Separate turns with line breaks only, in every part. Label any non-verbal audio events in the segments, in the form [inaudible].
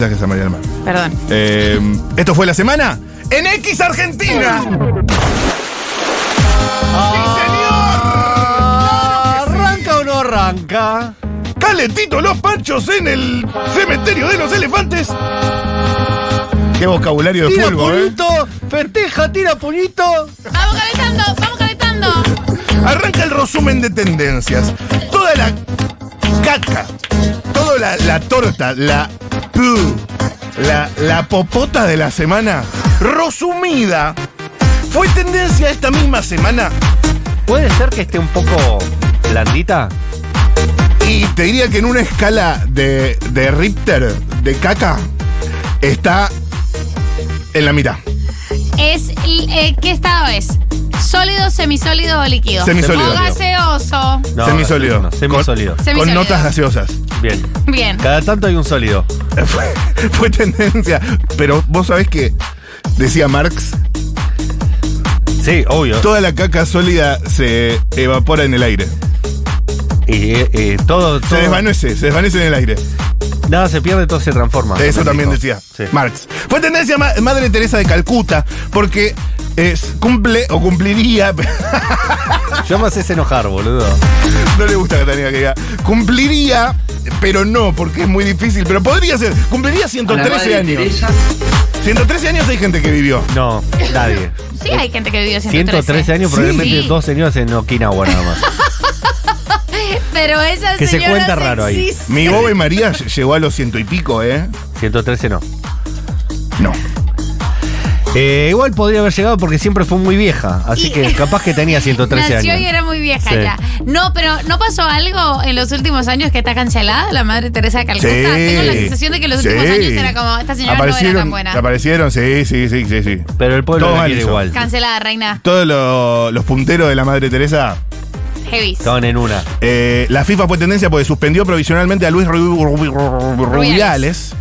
Gracias a María del Mar.
Perdón.
Eh, Esto fue la semana en X Argentina.
¿Arranca o no arranca?
Calentito los panchos en el cementerio de los elefantes. Qué vocabulario de
Tira
fútbol, ¿eh?
punito, festeja, tira punito.
¡Vamos calentando! ¡Vamos calentando!
Arranca el resumen de tendencias. Toda la caca, toda la, la torta, la pu, la, la popota de la semana, resumida, fue tendencia esta misma semana.
¿Puede ser que esté un poco blandita?
Y te diría que en una escala de, de Richter, de caca, está en la mitad.
Es, eh, ¿Qué estado es? ¿Sólido, semisólido o líquido?
Semisólido.
O gaseoso.
Semisólido.
no, semisólido.
Con- Con,
Semisólido.
notas gaseosas. [laughs]
Bien.
Bien.
Cada tanto hay un sólido.
Fue, fue tendencia. Pero vos sabés que, decía Marx,
Sí, obvio.
toda la caca sólida se evapora en el aire.
Y eh, eh, todo,
Se
todo-
desvanece, se desvanece en el aire.
Nada se pierde, todo se transforma.
Eso
Me
también
dijo.
decía
Sí.
Marx. Fue tendencia ma- Madre Teresa de Calcuta, porque es- cumple o cumpliría, [laughs]
Yo me haces enojar, boludo.
No le gusta que tenga que diga. Cumpliría, pero no, porque es muy difícil. Pero podría ser. Cumpliría 113 años. 113 años hay gente que vivió.
No, nadie.
Sí, hay gente que vivió 113.
113 años,
Sí.
probablemente dos señores en Okinawa nada más.
[laughs] Pero esa
Que se
señora
cuenta
sí
raro ahí.
existe.
Mi boba y María ll- llegó a los ciento y pico, ¿eh?
113 no.
No.
Eh, igual podría haber llegado porque siempre fue muy vieja. Así
Y-
que capaz que tenía 113
Nació y
años.
era muy vieja
Sí.
ya. No, pero ¿no pasó algo en los últimos años que está cancelada la madre Teresa de Calcuta?
Sí.
Tengo la sensación de que en los
Sí.
últimos años era como, esta señora no era
aparecieron,
tan buena.
Aparecieron, sí, sí, sí, sí. sí.
Pero el pueblo
Todo
la
mal
quiere
hizo.
igual.
Cancelada, reina.
Todos lo- los punteros de la Madre Teresa.
Heavy.
Estaban en una.
Eh, la FIFA fue tendencia porque suspendió provisionalmente a Luis Ru- Ru- Ru- Rubiales.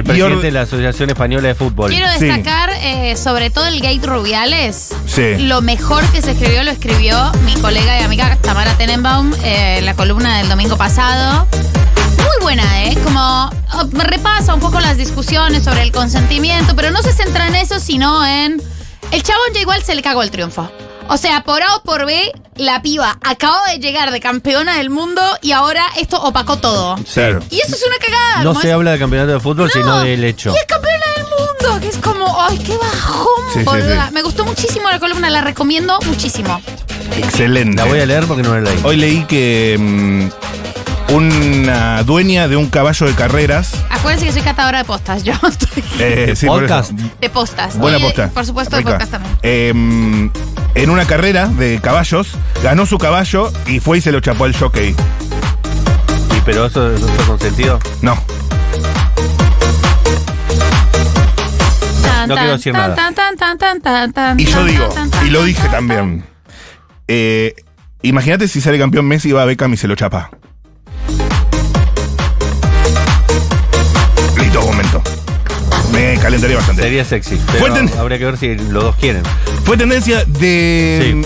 Y or-
presidente de la Asociación Española de Fútbol.
Quiero
Sí.
destacar eh, sobre todo el gate Rubiales.
Sí.
Lo mejor que se escribió lo escribió mi colega y amiga Tamara Tenenbaum eh, en la columna del domingo pasado. Muy buena, ¿eh? Como oh, repasa un poco las discusiones sobre el consentimiento, pero no se centra en eso, sino en... El chabón ya igual se le cagó el triunfo. O sea, por A o por B, la piba acaba de llegar de campeona del mundo y ahora esto opacó todo.
Claro.
Y eso es una cagada.
No
como
se
es-
habla de campeonato de fútbol, sino
no,
del hecho.
Y es campeona del mundo, que es como, ay, qué bajón,
Sí, sí,
boluda.
sí.
Me gustó muchísimo la columna, la recomiendo muchísimo.
Excelente.
La voy a leer porque no la leí.
Hoy leí que mm, una dueña de un caballo de carreras.
Acuérdense que soy catadora de postas, yo [laughs] estoy
eh, sí, por eso.
Podcast.
de postas.
Buena
Y,
posta.
Por supuesto, de
Rica.
podcast también.
Eh, mm, en una carrera de caballos, ganó su caballo y fue y se lo chapó al jockey.
Y, pero eso no fue consentido.
No.
Tan,
No
tan,
quiero decir
tan,
nada.
tan, tan, tan, tan, tan, tan,
Y yo
tan,
digo,
tan, tan,
y lo
tan,
dije
tan,
también. eh, Imagínate si sale campeón Messi y va a Beckham y se lo chapa. Listo, momento. Me calentaría bastante.
Sería sexy.
Fue
Pero
ten-
habría que ver si los dos quieren.
Fue tendencia de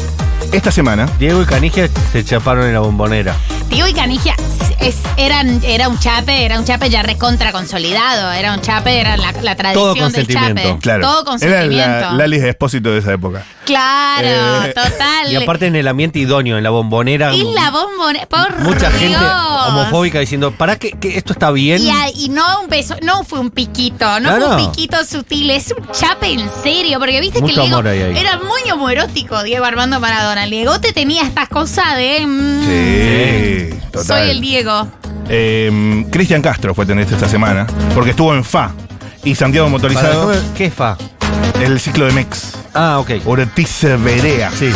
esta semana.
Diego y Canigia se chaparon en la bombonera.
tan. Diego y Canigia es, eran, era un chape, era un chape ya recontra consolidado, era un chape, era la, la tradición del
consentimiento,
chape.
Claro.
Todo
Era
consentimiento.
la, la Alice Espósito de esa época.
Claro,
Eh,
total.
Y aparte en el ambiente idóneo, en la bombonera.
Y la bombonera, por
mucha
Dios.
gente homofóbica diciendo, ¿para qué? qué? ¿Esto está bien?
Y, a- y no un beso, no fue un piquito, no
Claro.
fue un piquito sutil, es un chape en serio, porque viste
Mucho
que Diego
amor hay ahí.
era muy homoerótico Diego Armando Maradona. El Diego te tenía estas cosas de mm,
Sí, total.
soy el Diego.
Eh, Cristian Castro fue tenista esta semana, porque estuvo en FA y Santiago
Para-
Motorizado
¿Qué es fa?
el ciclo de Mex.
Ah, ok.
Ortiz Berea.
Sí.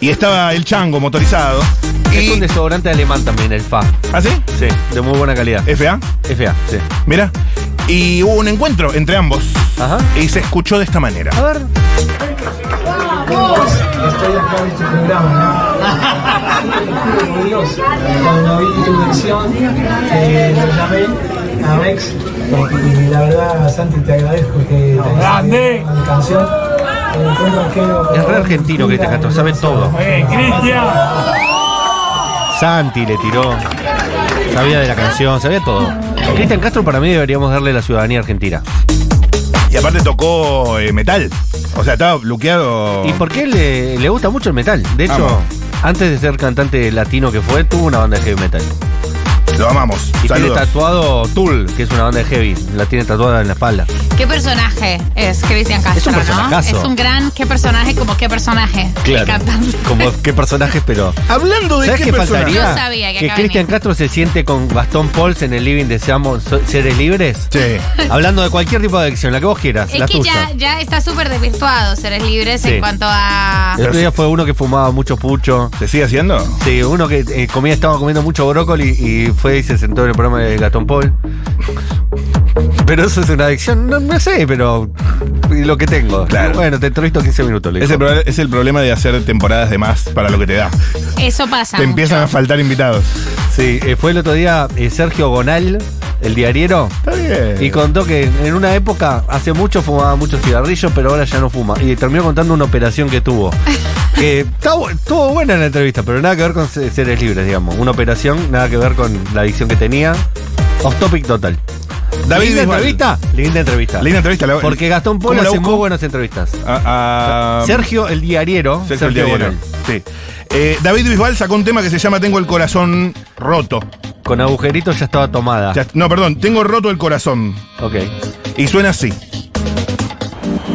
Y estaba el Chango motorizado.
Es un
Y,
desodorante alemán también, el fa.
¿Ah, sí?
Sí, de muy buena calidad.
FA,
FA, sí.
mira. Y hubo un encuentro entre ambos.
Ajá.
Y se escuchó de esta manera.
A ver.
Estoy acá en este programa. ¿no? Orgulloso. Cuando vi tu versión, eh, lo llamé a Rex y la verdad, Santi, te agradezco que te ¡Grande! mi canción. El encuentro que-
Es re argentino Cristian Castro, sabe todo.
Eh, Cristian,
Santi le tiró. Sabía de la canción, sabía todo. Cristian Castro para mí deberíamos darle la ciudadanía argentina.
Y aparte tocó eh, metal. O sea, estaba bloqueado.
Y porque él eh, le gusta mucho el metal. De hecho,
Oh. Vamos.
antes de ser cantante latino que fue, tuvo una banda de heavy metal.
Lo amamos.
Y tiene
Saludos.
tatuado Tool, que es una banda de heavy. La tiene tatuada en la espalda.
¿Qué personaje es Cristian Castro?
Es un
no?
personajazo.
Es un gran qué personaje como qué personaje. El cantante.
Como qué personajes,
[laughs]
pero.
Hablando de
¿Sabes
qué,
qué
personaje?
faltaría?
Yo sabía que
que
acá
Cristian
venía.
Castro se siente con Gastón Pauls en el living de Seamos So- Seres Libres.
Sí.
Hablando de cualquier tipo de adicción, la que vos quieras,
Es
la
que
tuya.
ya, ya está súper desvirtuado seres libres
Sí.
en cuanto a.
El otro día fue uno que fumaba mucho pucho.
¿Se sigue haciendo?
Sí, uno que eh, comía, estaba comiendo mucho brócoli y fue y se sentó en el programa de Gastón Paul. Pero eso es una adicción, no, no sé, pero lo que tengo.
Claro.
Bueno, te entrevisto 15 minutos. Le
Es el,
dijo.
pro- es el problema de hacer temporadas de más para lo que te da.
Eso pasa.
Te
mucho.
empiezan a faltar invitados.
Sí, eh, fue el otro día eh, Sergio Gonal, el diariero,
Está bien.
y contó que en una época, hace mucho fumaba muchos cigarrillos, pero ahora ya no fuma. Y terminó contando una operación que tuvo. Que está bu- estuvo buena en la entrevista, pero nada que ver con se- seres libres, digamos. Una operación, nada que ver con la adicción que tenía. Off topic total.
David
linda
Bisbal.
entrevista. Linda entrevista.
Linda entrevista. la-
Porque Gastón
¿Cómo
Polo
la
hace
busco?
muy buenas entrevistas.
A- a-
Sergio el diariero.
Sergio el Diariero.
Bonal,
Sí. Eh, David Bisbal sacó un tema que se llama Tengo el corazón roto.
Con agujeritos ya estaba tomada.
Ya- no, perdón, Tengo roto el corazón.
Ok.
Y suena así.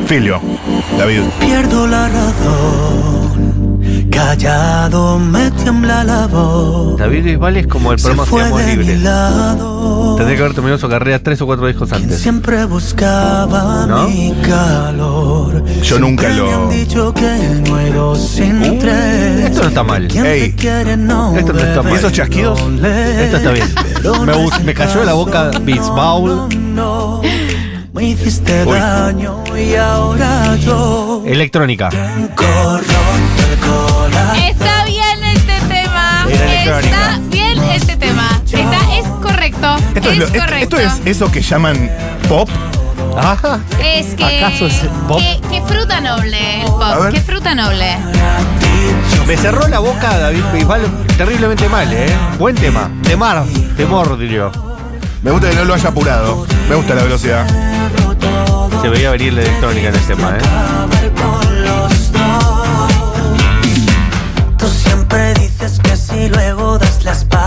Filio, David.
Pierdo la razón, callado me tiembla la voz.
David Bisbal es como el
Se
programa
fue
Seamos
de mi
Libres.
lado.
Tendría que haber terminado su carrera tres o cuatro discos
Quien
antes.
siempre buscaba
¿No?
mi calor.
Yo nunca
Siempre
lo-
Me han dicho que muero sin tres.
Esto no está mal.
Quien te
Ey.
quiere no
Esto no está mal.
debe
¿Y esos chasquidos?
doler.
Esto está bien.
Pero
Me
no
bus-
es
me
el
cayó la
caso,
boca
no,
Bisbal.
no, no. Me hiciste
Uy.
daño y ahora yo.
Electrónica.
Corrompe el corazón.
Está bien este tema.
Era
Está
electrónica.
bien este tema. Está, es correcto.
Esto
es,
es, lo- esto-
correcto.
esto es eso que llaman pop.
Ajá.
Es que.
¿Acaso es pop?
Qué, qué fruta noble el
A
pop.
ver.
Qué fruta noble.
Me cerró la boca David Bisbal terriblemente mal, ¿eh? Buen tema. Temar. Temor, diría.
Me gusta que no lo haya apurado. Me gusta la velocidad.
Se veía venir la electrónica en el tema, ¿eh?
acabar con los dos. Tú siempre dices que si luego das la espalda.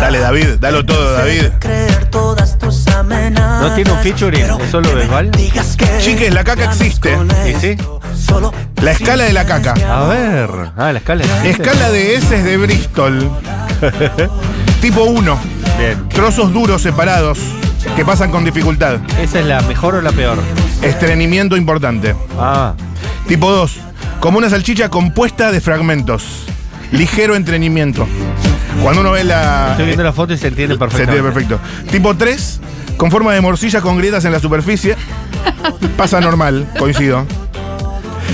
Dale, David, dalo todo, David.
Creer todas tus amenazas.
No tiene un featuring,
pero
es solo
que me
verbal.
digas que
Chiques, la caca existe.
con
¿Y sí?
esto solo
La escala de la caca.
A ver. Ah, la escala.
Escala de S de Bristol. tipo 1.
Bien.
Trozos duros separados que pasan con dificultad.
¿Esa es la mejor o la peor?
Estreñimiento importante.
Ah.
Tipo 2. Como una salchicha compuesta de fragmentos. Ligero entreñimiento. Cuando uno ve la. eh,
Estoy viendo la foto y se entiende
Se
perfectamente.
entiende perfecto. Tipo 3. Con forma de morcilla con grietas en la superficie. Pasa normal, coincido.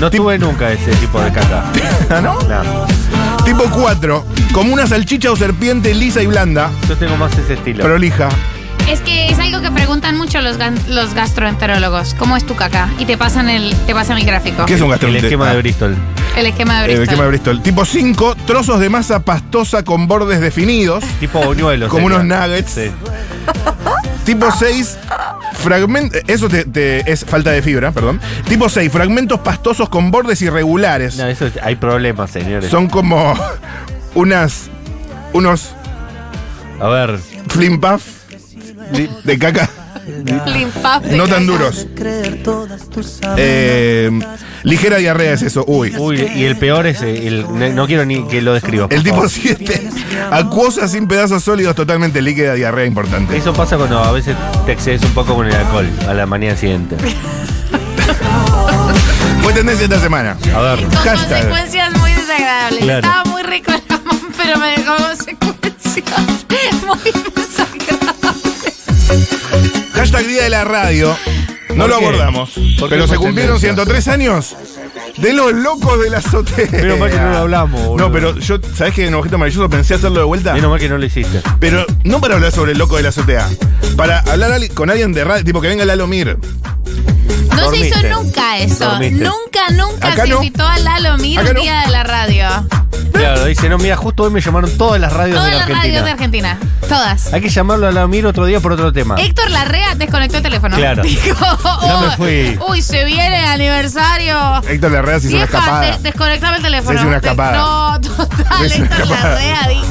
No tuve nunca ese tipo de caca.
¿Ah, ¿No?
[laughs] No.
Tipo 4. Como una salchicha o serpiente lisa y blanda.
Yo tengo más ese estilo.
Prolija.
Es que es algo que preguntan mucho los, gan- los gastroenterólogos. ¿Cómo es tu caca? Y te pasan el, te pasan el gráfico.
¿Qué es un
el
gastroenterólogo?
esquema de Bristol.
El esquema de
El
Bristol.
esquema de Bristol. Tipo 5, trozos de masa pastosa con bordes definidos,
Tipo buñuelos.
como
sería.
unos nuggets.
Sí.
Tipo 6, fragmentos. Eso te- te- es falta de fibra, perdón. Tipo 6, fragmentos pastosos con bordes irregulares.
No, eso es- hay problemas, señores.
Son como unas. unos
A ver.
flimpuff de caca
Limpap de
no tan
caca.
duros.
creer todas tus amenazas.
Eh, ligera diarrea es eso, uy.
Uy, y el peor es el. No, no quiero ni que lo describa. por
El tipo
favor.
7, acuosa sin pedazos sólidos, totalmente líquida, diarrea importante.
Eso pasa cuando a veces te excedes un poco con el alcohol a la mañana siguiente.
Fue tendencia esta semana.
A ver.
Con
Hashtag.
consecuencias muy desagradables.
Claro.
Estaba muy rico el jamón, pero me dejó consecuencias [laughs] muy desagradables.
Hashtag Día de la Radio. No
¿Por
lo
qué?
abordamos.
¿Por qué
Pero
fue
se cumplieron
tendencia?
103 años de los locos de la azotea.
Menos mal que no lo hablamos, boludo.
No, pero yo, ¿sabés que en Objeto Maravilloso pensé hacerlo de vuelta?
Menos mal que no lo hiciste.
Pero no para hablar sobre el loco de la azotea. Para hablar ali- con alguien de radio, tipo que venga Lalo Mir.
No se
Dormiste.
hizo nunca eso.
Dormiste.
Nunca, nunca
Acá
se
no.
invitó a Lalo Mir
Acá
un
no.
día de la radio.
Claro, dice, no, mira, justo hoy me llamaron todas las radios
Todas
de la
las
Argentina.
radios de Argentina. Todas.
Hay que llamarlo a la Mir otro día por otro
Ah.
tema.
Héctor Larrea desconectó el teléfono.
Claro.
[laughs] Dijo,
Ya me
"Uy,
fui".
Uy, se viene el aniversario.
Héctor Larrea se hizo una
Vieja,
escapada.
de- desconectame el teléfono.
Se hizo una escapada.
No, total,
Se hizo una
Héctor
escapada.
Larrea dijo,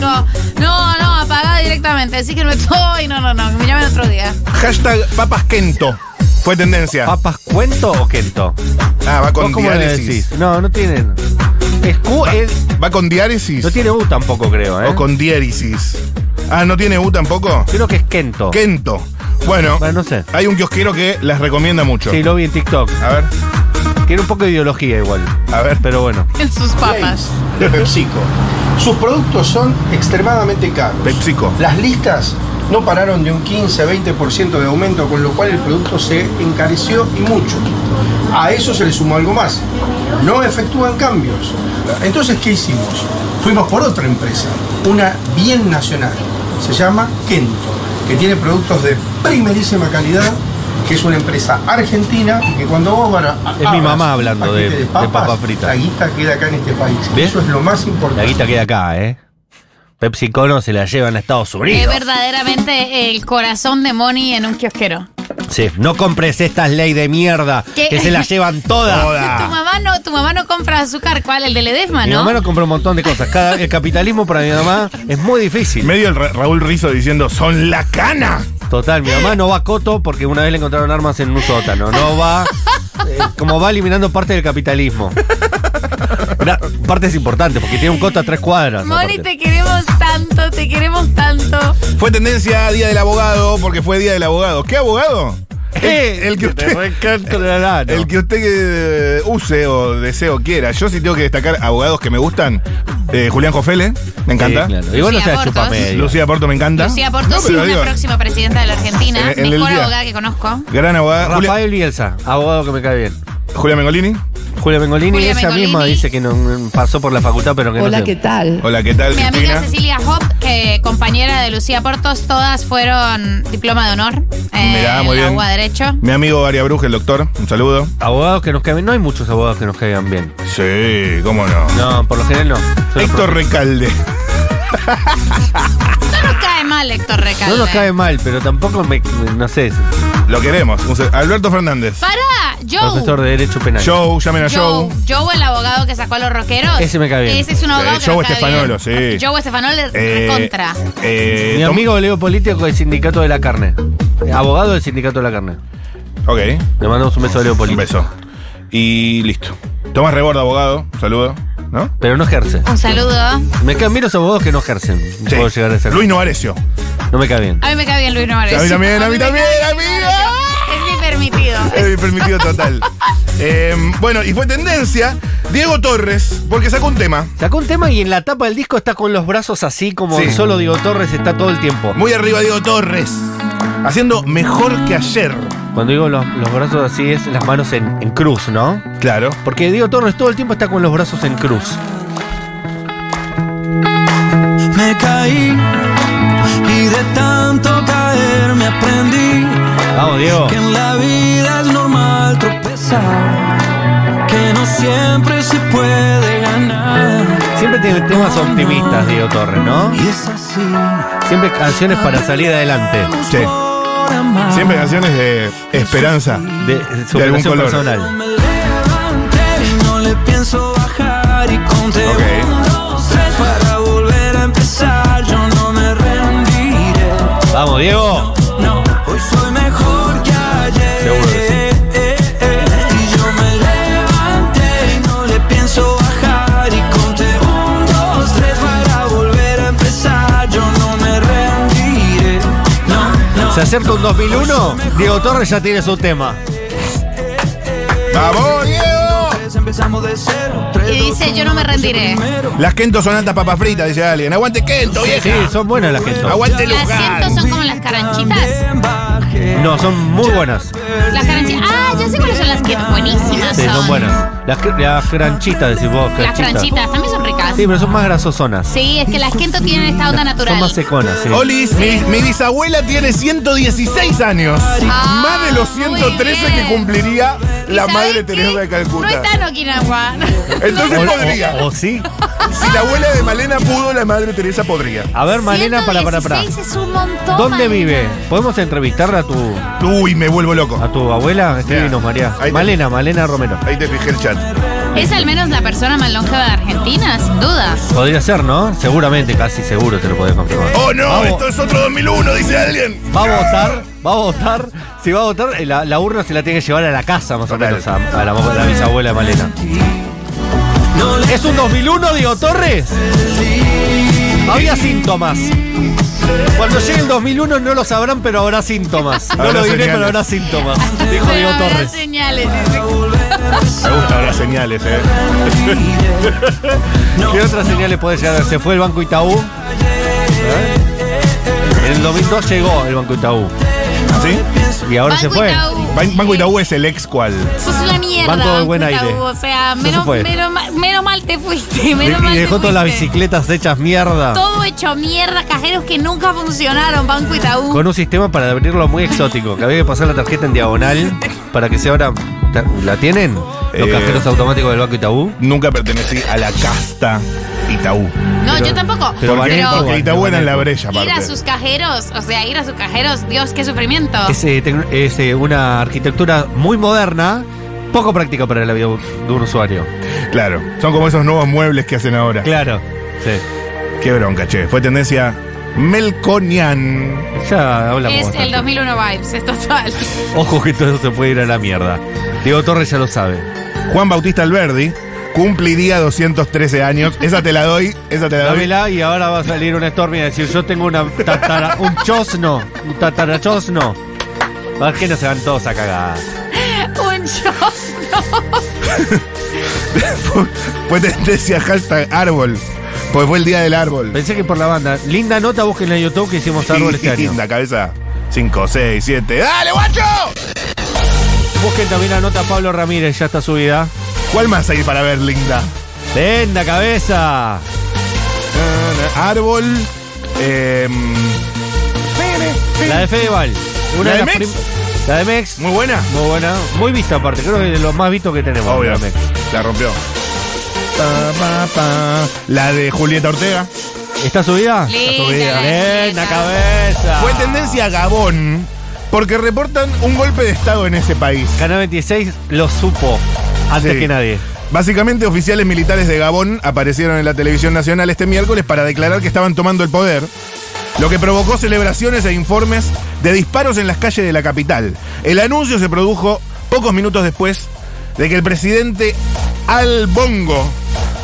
no, no, apagá directamente, así que no estoy, no, no, no, que me llamen otro día.
Hashtag Papas Kento. Fue tendencia.
¿Papas cuento o quento?
Ah, va
¿Vos
con
cómo le
diáresis.
decís? No, no tienen. Es Q, es-
Va con diáresis.
No tiene U tampoco, creo, ¿eh?
O con diéresis. Ah, ¿no tiene U tampoco?
Creo que es quento.
Kento. Bueno,
Bueno, no sé.
hay un kiosquero que las recomienda mucho.
Sí, lo vi en TikTok.
A ver,
Tiene un poco de ideología igual.
a ver.
Pero bueno.
En sus papas.
de PepsiCo. Sus productos son extremadamente caros.
PepsiCo.
Las listas no pararon de un 15 a 20% de aumento, con lo cual el producto se encareció y mucho. A eso se le sumó algo más. No efectúan cambios. Entonces, ¿qué hicimos? Fuimos por otra empresa, una bien nacional. Se llama Kento, que tiene productos de primerísima calidad, que es una empresa argentina y que cuando vos van a...
Es mi
abras
mamá
un
hablando
paquete
de- de papas fritas.
La guita queda acá en este país.
¿Ves?
Eso es lo más importante.
La guita queda acá, ¿eh? Pepsi Cono se la llevan a Estados
Es
Unidos.
Eh, verdaderamente el corazón de Moni en un kiosquero.
Sí, no compres estas ley de mierda
¿Qué?
que se las llevan
[laughs]
todas.
Todas.
Tu mamá no, tu mamá no compra azúcar, ¿cuál? El de Ledesma,
Mi
¿no?
mamá nos compró un montón de cosas. Cada, el capitalismo para mi mamá es muy difícil.
Medio el Ra- Raúl Rizo diciendo, son la cana.
Total, mi mamá no va a Coto porque una vez le encontraron armas en un sótano. No va. eh, como va eliminando parte del capitalismo. Una- partes importantes, porque tiene un coto a tres cuadras.
Moni,
aparte.
te queremos tanto, te queremos tanto.
Fue tendencia a Día del Abogado porque fue Día del Abogado. ¿Qué abogado?
Eh,
El que usted-
te reencontrará, ¿no?
El que usted eh, use o desee o quiera. Yo sí tengo que destacar abogados que me gustan. Eh, Julián Jofele, me encanta. Eh,
Sí, claro. Y vos no
Lucía
seas
Portos.
chupamedia.
Lucía Porto, me encanta.
Lucía Porto
No,
es
pero
la
digo,
próxima presidenta de la Argentina,
En- en el
mejor
día.
abogada que conozco.
Gran abogada. Julia,
Rafael Bielsa, abogado que me cae bien.
Julia Mengolini.
Julia Mengolini,
Julia
ella
Mengolini.
misma dice que no, mm, pasó por la facultad, pero que
Hola,
no
¿qué
sé.
tal?
Hola, ¿qué tal?
Mi
Cristina?
amiga Cecilia Hop, que compañera de Lucía Portos, todas fueron diploma de honor eh,
Mirá, muy
en la
bien.
UBA Derecho.
Mi amigo Aria Bruja, el doctor. Un saludo.
Abogados que nos caen bien. No hay muchos abogados que nos caigan bien.
Sí, cómo no.
No, por lo general no. Solo
Héctor
pro-
Recalde.
No nos cae mal Héctor Recalde.
No nos cae mal, pero tampoco me. me- No sé.
Lo queremos. Un sal- Alberto Fernández.
Pará,
Profesor
Joe.
de Derecho Penal.
Joe, llamen a
Joe,
Joe.
Joe, el abogado que sacó a los rockeros.
Ese me cae bien.
Ese es un abogado
Eh,
que
Joe
nos cae
Estefanolo,
bien.
sí.
Joe Estefanolo,
Eh,
contra.
eh,
Mi
Tom-
amigo Leo Político del Sindicato de la Carne. Eh, Abogado del Sindicato de la Carne.
Ok.
Le mandamos un beso a Leo
Un
Político.
beso. Y listo. Tomás Reborda, abogado. Un saludo. ¿No?
Pero no ejerce.
Un saludo. A
Me caen bien los abogados que no ejercen.
Sí.
Puedo llegar a ser.
Luis Novarecio.
No me cae bien.
mí me cae bien Luis Novares.
A mí también, a mí
me
también,
cae
a
bien
mí.
Luis Novares. Es mi permitido.
Eh, permitido
[laughs]
total. Eh, bueno, y fue tendencia Diego Torres, porque sacó un tema.
Sacó un tema y en la tapa del disco está con los brazos así, como
Sí.
solo Diego Torres está todo el tiempo.
Muy arriba Diego Torres. Haciendo mejor que ayer.
Cuando digo los, los brazos así es las manos en, en cruz, ¿no?
Claro.
Porque Diego Torres todo el tiempo está con los brazos en cruz.
Me caí y de tanto caer me aprendí
Vamos, Diego.
que en la vida es normal tropezar, que no siempre se puede ganar.
Siempre tiene temas optimistas, Diego Torres, ¿no?
Y es así.
Siempre canciones para salir adelante.
Sí. Siempre canciones de esperanza.
De, su
De algún
relación
color.
personal.
Me levanté y no le pienso bajar y conté
Ok.
un, dos, tres para volver a empezar. Yo no me rendiré.
Vamos, Diego.
No, hoy soy mejor que ayer.
Seguro que sí.
Y yo me levanté y no le pienso bajar. Y conté un, dos, tres para volver a empezar. Yo no me rendiré. No, no.
Se acerca un 2001, Diego Torres ya tiene su tema.
¡Vamos, Diego!
Tres, Empezamos de cero. Tres,
Y
dos,
dice, yo no me rendiré.
primero.
Las Kento son altas papas fritas, dice alguien. Aguante Kento,
Sí,
vieja.
son buenas las que son.
Aguante
Las
Luján.
cientos son como las caranchitas.
También bajé.
No, son muy buenas.
Las caranchitas. Ah, ya sé cuáles son las que. Buenísimas.
Sí, son buenas. Las, cr- las granchitas, decís vos.
Las cranchitas también son ricas.
Sí, pero son más grasosonas.
Sí, es que las Kento tienen esta onda natural.
Son más seconas, sí.
Olis, mi, mi bisabuela tiene 116 años.
Ah,
Más de los
muy
113 que
bien.
cumpliría la
¿Y
madre
sabés
Teresa
qué?
de Calcuta.
No está en Okinawa.
Entonces podría.
O, o- o sí.
Si la abuela de Malena pudo, la madre Teresa podría.
A ver, Malena, para, para, para.
116 es un montón.
¿Dónde
Malena.
vive? ¿Podemos entrevistarla a tu,
Uy, me vuelvo loco.
a tu abuela? Escribinos, María.
Ahí te-
Malena, Malena Romero.
Ahí te fijé el chat.
Es al menos la persona más longeva de Argentina, sin duda.
Podría ser, ¿no? Seguramente, casi seguro te lo podés confirmar.
Oh no,
Vamos.
esto es otro 2001, dice alguien.
Va a votar, va a votar. Si va a votar, eh, la, la urna se la tiene que llevar a la casa, más o
Total.
menos, a, a la, a la bisabuela de Malena. ¿Es un 2001, Diego Torres? Había síntomas. Cuando llegue el 2001 no lo sabrán, pero habrá síntomas. No
Habrá
lo diré,
señales.
pero habrá síntomas. Dijo
Pero
Diego
habrá
Torres.
señales. dice.
Me gustan las señales, eh.
¿Qué otras señales puede llegar? Se fue el Banco Itaú. ¿Eh? En el 2002 llegó el Banco Itaú.
¿Sí?
Y ahora
Banco
se fue.
Itaú.
Ban- Banco Itaú es el ex cual.
Sos una mierda.
Banco de Buen
Itaú.
Aire.
O sea,
Ya se
menos,
fue.
menos, mal, menos mal te fuiste. Menos mal
Y
te
dejó todas las
fuiste.
bicicletas hechas mierda.
Todo hecho mierda, cajeros que nunca funcionaron, Banco Itaú.
Con un sistema para abrirlo muy exótico, que había que pasar la tarjeta en diagonal para que se abra. ¿La- ¿La tienen? Los
Eh.
cajeros automáticos del Banco Itaú.
Nunca pertenecí a la casta Itaú.
no,
pero-
yo tampoco.
pero
porque,
Vanessa-
porque Itaú era en la brecha,
ir a
aparte.
sus cajeros, o sea, ir a sus cajeros, Dios, qué sufrimiento.
Es, eh, tec- es, eh, una arquitectura muy moderna, poco práctica para la vida de un usuario.
Claro. Son como esos nuevos muebles que hacen ahora.
Claro. Sí.
Qué bronca, che. Fue tendencia Melconian.
Ya hablamos.
Es el
bastante.
2001 vibes, es total. [laughs]
Ojo que todo eso se puede ir a la mierda. Diego Torres ya lo sabe.
Juan Bautista Alberdi cumpliría 213 años. Esa te la doy, esa te la doy.
Dámela y ahora va a salir una Stormy y a decir, yo tengo una tatara, un chosno, un tatarachosno. Más que no se van todos a cagar.
Un chosno.
[laughs] Fue- Fue tendencia hashtag árbol. Pues fue el día del árbol.
Pensé que por la banda. Linda nota, busquen en YouTube que hicimos árbol este año.
La cabeza. 5, 6, 7. ¡Dale, guacho!
Busquen también la nota Pablo Ramírez, ya está subida.
¿Cuál más hay para ver, linda?
¡Linda cabeza!
Árbol. em,
La de Fedeval.
¿La de
las
Mex?
prim- La de Mex.
muy buena.
Muy buena. Muy vista aparte, creo que es de los más vistos que tenemos.
Obvio.
la Mex.
La rompió. Pa, pa, pa. La de Julieta Ortega.
¿Está subida?
Linda
está subida.
la de
¡Linda
Julieta.
cabeza!
Fue tendencia a Gabón. Porque reportan un golpe de estado en ese país.
Canal 26 lo supo antes
Sí.
que nadie.
Básicamente, oficiales militares de Gabón aparecieron en la televisión nacional este miércoles para declarar que estaban tomando el poder, lo que provocó celebraciones e informes de disparos en las calles de la capital. El anuncio se produjo pocos minutos después de que el presidente Al Bongo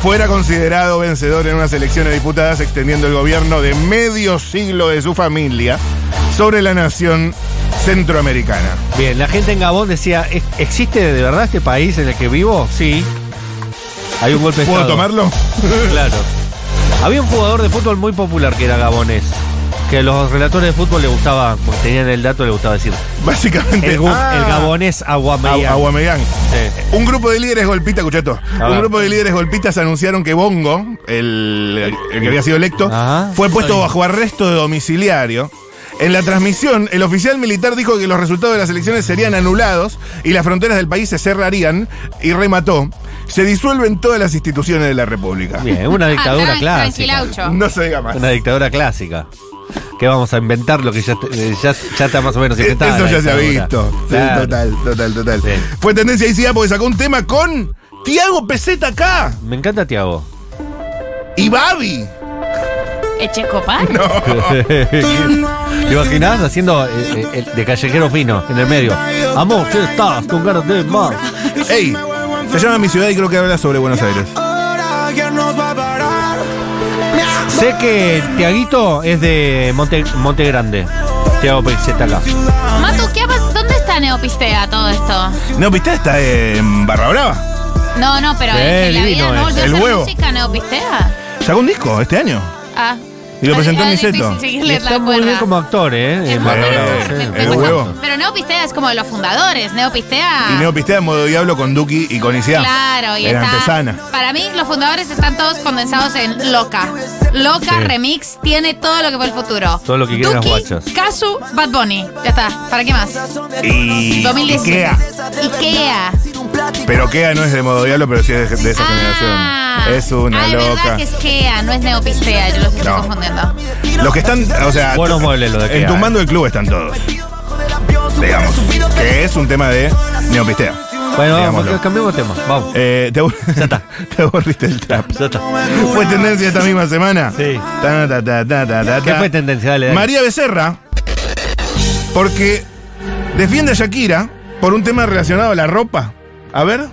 fuera considerado vencedor en unas elecciones diputadas, extendiendo el gobierno de medio siglo de su familia sobre la nación centroamericana.
Bien, la gente en Gabón decía, "¿Ex- ¿existe de verdad este país en el que vivo? Sí. Hay un golpe de
¿Puedo
estado.
tomarlo? [laughs]
Claro. Había un jugador de fútbol muy popular que era gabonés. Que a los relatores de fútbol le gustaba, porque tenían el dato, le
[laughs]
gustaba decir.
Básicamente.
El, gu-
Ah.
el gabonés Aguameyang.
Aguameyang.
Sí.
Un grupo de líderes golpistas, escuchato.
A
Un
ver.
grupo de líderes golpistas anunciaron que Bongo, el, el que había sido electo,
Ajá.
fue puesto bajo arresto de domiciliario. En la transmisión, el oficial militar dijo que los resultados de las elecciones serían anulados y las fronteras del país se cerrarían y remató. Se disuelven todas las instituciones de la República.
Bien, una [laughs] dictadura
Ah, tran-
clásica.
Tranquilaucho.
No se diga más.
Una dictadura clásica. Que vamos a inventar lo que ya, eh, ya, ya está más o menos
[laughs]
inventada.
Eso
la
ya se ha
dictadura.
visto. Sí,
Claro.
Total, total, total.
Bien.
Fue tendencia ICA porque sacó un tema con Tiago Peseta acá
Me encanta Tiago.
y Babi.
Eche copar.
¿Te imaginas haciendo eh, eh, el de callejero fino en el medio? Amor, ¿qué estás? Con ganas de más.
Ey, se llama Mi Ciudad y creo que habla sobre Buenos Aires.
Sé que Tiaguito es de Monte, Monte Grande. Tiago está acá.
Matu, ¿qué haces? ¿Dónde está Neopistea todo esto?
No, ¿viste? Está en Barra Brava.
No, no, pero
Sí,
en la
divino
vida no
es.
volvió a
El
hacer
huevo.
música Neopistea.
Sacó un disco este año.
Ah.
Y lo
Ah,
presentó en
ah,
Niceto.
difícil seguirle la
Está muy bien
cuerda.
como actor, ¿eh?
Es
En
muy
Barra
bueno,
Brava,
bueno,
sí,
me- me
el
cuesta.
huevo.
Pero Neopistea es como de los fundadores. Neopistea.
Y Neopistea en modo diablo con Duki y con Isia.
Ah. Claro, y
Era
está.
artesana.
Para mí, los fundadores están todos condensados en Loca. Loca
Sí.
Remix tiene todo lo que fue el futuro.
Todo lo que quieren
Duki,
los guachos.
Kazu, Bad Bunny. Ya está. ¿Para qué más?
Y.
2017.
Ikea.
Ikea.
Pero Kea no es de modo diablo, pero sí es de, de esa
Ah.
generación. Es una
Ah, es
loca.
verdad que es Kea, no es Neopistea, yo los estoy
No.
confundiendo.
Los que están, o sea,
Buenos muebles los de Kea, eh.
entumbando el club están todos. Digamos, que es un tema de neopistea.
Bueno, vamos,
Digámoslo.
cambiamos de tema. Vamos.
Eh, te, abur- [laughs] te aburriste el trap.
Ya está.
Fue tendencia esta misma semana.
Sí.
Ta, ta, ta, ta, ta, ta,
¿Qué
ta.
fue tendencia? Dale, dale.
María Becerra, porque defiende a Shakira por un tema relacionado a la ropa. A ver.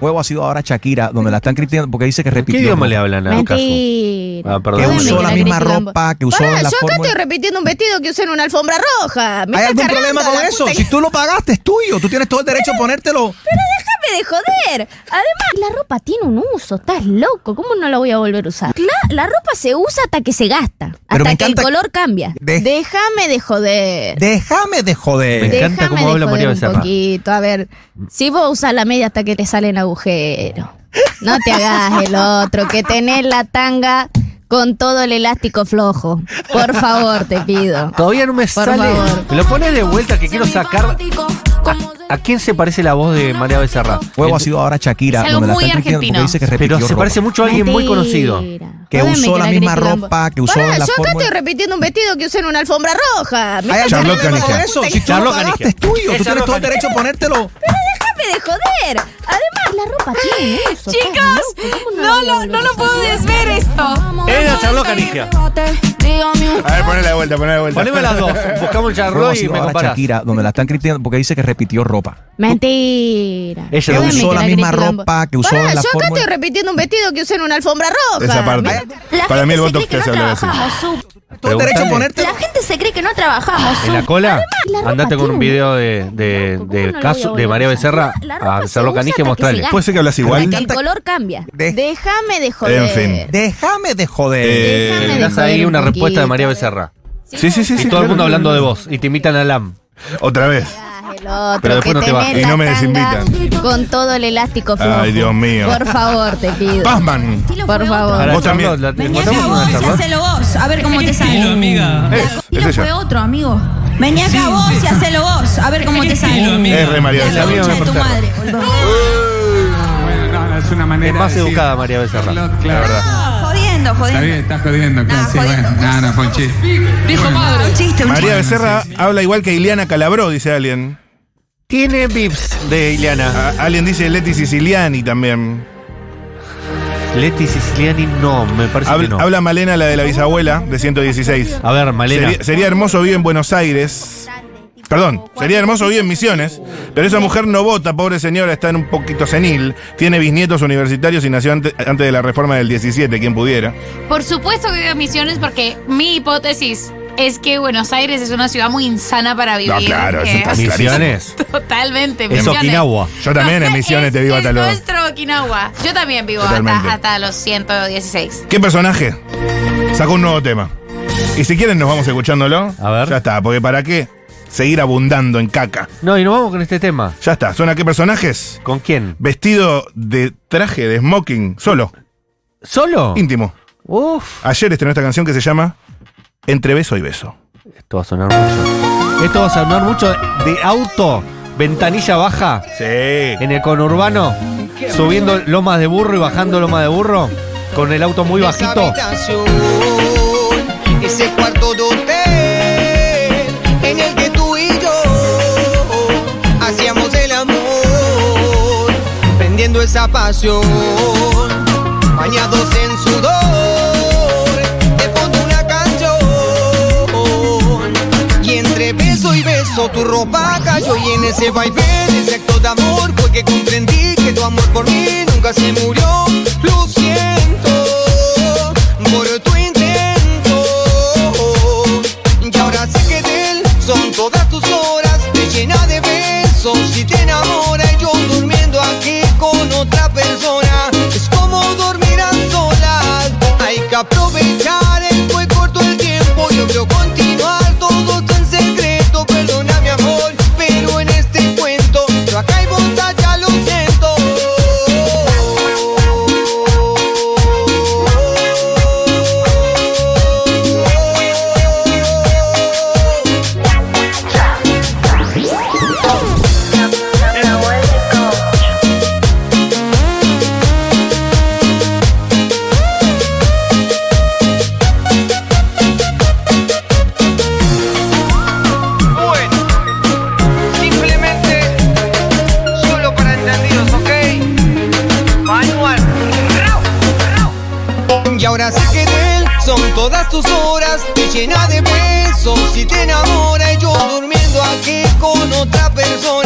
Huevo ha sido ahora Shakira, donde la están criticando porque dice que
Ah,
¿Qué
repitió.
idioma le hablan a Casu?
Mentira.
Ah, perdón.
Que
Ay,
Bueno,
usó
me
la
queda
misma
gritando.
ropa, que usó
Pará,
la
yo acá
fórmula.
estoy repitiendo un vestido que usé en una alfombra roja. Me
¿Hay
está
algún
cargando
problema con
la
eso?
puta
Si tú lo pagaste, es tuyo. Tú tienes todo el derecho a ponértelo.
Déjame de joder. Además, la ropa tiene un uso. Estás loco. ¿Cómo no la voy a volver a usar? Cla- la ropa se usa hasta que se gasta.
Pero me
Hasta que el
encanta-
color cambia.
De-
Déjame de joder.
Déjame de
Me
joder.
encanta
Déjame
cómo
de
habla María
joder
Becerra.
un poquito. A ver, si vos usas la media hasta que te salen agujeros. No te hagas el otro, que tenés la tanga con todo el elástico flojo. Por favor, te pido.
Todavía no me
Por
sale.
favor.
Me lo pones de vuelta que quiero sacar. ¿A, a quién se parece la voz de María Becerra?
Huevo ha sido ahora Shakira,
Es algo
donde la
muy
están criticando
argentino.
porque dice que repitió.
Pero se
ropa.
parece mucho a alguien muy conocido.
Mentira.
Que
Jódeme
usó la misma
critican.
ropa, que usó
Pará,
la
yo acá
fórmula.
estoy repitiendo un vestido que usé en una alfombra roja. Me
¿Hay
está
algún
Charlotte
problema con
Canigia.
eso? Si tú lo
Charlotte
pagaste,
Canigia.
es tuyo.
Es
Tú tienes
Charlotte
todo el derecho a ponértelo.
Déjame de joder. Además, la ropa tiene uso.
Chicos, no lo, no lo puedo desver esto.
Es la Charlotte Canigia.
A ver, ponela de vuelta, ponela de vuelta.
Poneme
[laughs]
las dos. Buscamos el
Huevo ha
Charlotte y
sido
me
ahora
comparás.
Shakira, donde la están criticando porque dice que repitió ropa.
Mentira.
Ella
Que
no
Jódeme
usó la
la
misma
critican.
ropa, que usó
Pará,
la
yo acá
fórmula.
estoy repitiendo un vestido que usé en una alfombra roja.
Esa parte.
Mira, la
Para
gente
mí el
se
voto
cree
que
no
se habla de eso.
trabajamos, su-
Todo el derecho a
Preguntale.
ponértelo.
La gente se cree que no trabajamos.
En la
su-
cola
la ropa
andate con un
tiene-
video de, de,
¿Cómo
de,
no la
caso-
voy a
de
volver
María
a
Becerra
usar? La- la
a
ropa se
Charlotte
usa
Canigia y
hasta que se
mostrarle.
gasta.
Puede ser que hablas
Hasta
igual.
que El color cambia.
De-
Déjame de joder.
En fin.
Déjame de
Eh,
joder.
Déjame
Le
de
das
joder
ahí
un
una respuesta de
poquito.
María Becerra.
Sí, sí, sí. sí,
Y todo el
claro.
mundo hablando de vos. Y te imitan a Lam.
Ah,
Otra vez.
El otro
Pero después
que
no te vas.
tenés
Y no
la
me
tanga
desinvitan.
Con todo el elástico flojo.
Ay, Dios mío.
Por favor, te pido.
Pazman.
Por favor.
Ahora,
Vos también.
Charlotte, la- ¿le
Mañana
encontramos una
vos,
de Charlotte?
hacelo vos. A ver cómo te sale.
Eh, es
Tilo fue
ella.
otro, amigo. Mañana vos y hacelo vos. A ver cómo te sale.
Es re María
La
Becerra.
concha de tu madre, boludo.
Ah, es una manera
Es más
de decir-
educada María Becerra. La verdad.
No, Jodiendo,
Está bien,
jodiendo.
estás jodiendo. claro,
Nah,
sí,
jodiendo.
bueno, no, no, fue un chiste.
Un chiste, un
María
chiste.
Becerra habla igual que Ileana Calabró, dice alguien.
Tiene vips de Ileana.
A- alguien dice Leti Siciliani también.
Leti Siciliani no, me parece
Habla,
que no.
habla Malena, la de la bisabuela, de 116.
A ver, Malena.
Sería, sería hermoso vivir en Buenos Aires. Perdón, sería hermoso vivir en Misiones, pero esa mujer no vota, pobre señora, está en un poquito senil, tiene bisnietos universitarios y nació ante- antes, de la reforma del 17, quien pudiera.
Por supuesto que veo misiones porque mi hipótesis es que Buenos Aires es una ciudad muy insana para vivir.
No, claro, eso
que-
está
Misiones.
Totalmente.
Es
Misiones.
Okinawa.
Yo también en Misiones te vivo
Es
hasta luego.
nuestro Okinawa. Yo también vivo
Totalmente.
hasta, hasta los 116.
¿Qué personaje? Sacó un nuevo tema. Y si quieren nos vamos escuchándolo.
A ver.
Ya está, porque ¿para qué seguir abundando en caca?
No, y nos vamos con este tema.
Ya está, ¿suena qué personajes?
¿Con quién?
Vestido de traje, de smoking, solo,
¿Solo?
íntimo.
Uf.
Ayer estrenó esta canción que se llama Entre beso y beso.
Esto va a sonar mucho. Esto va a sonar mucho de auto, ventanilla baja,
Sí.
en el conurbano, subiendo lomas de burro y bajando lomas de burro, con el auto muy bajito.
Ese cuarto de hotel en el que tú y yo hacíamos el amor, vendiendo esa pasión, bañados en sudor, de fondo una canción. Y entre beso y beso tu ropa cayó y en ese vaivén ese acto de amor fue que comprendí que tu amor por mí nunca se murió. Lo siento por tu intento. Y ahora sé que de él son todas tus horas, te llena de besos y te enamora y yo durmiendo aquí con otra persona. Es como dormir a solas. Hay que aprovechar, es muy corto el tiempo. Yo quiero continuar todo tan secreto. Perdona mi amor, pero en este cuento, yo acá y vos allá lo siento. todas tus horas te llena de besos y te enamora y yo durmiendo aquí con otra persona. este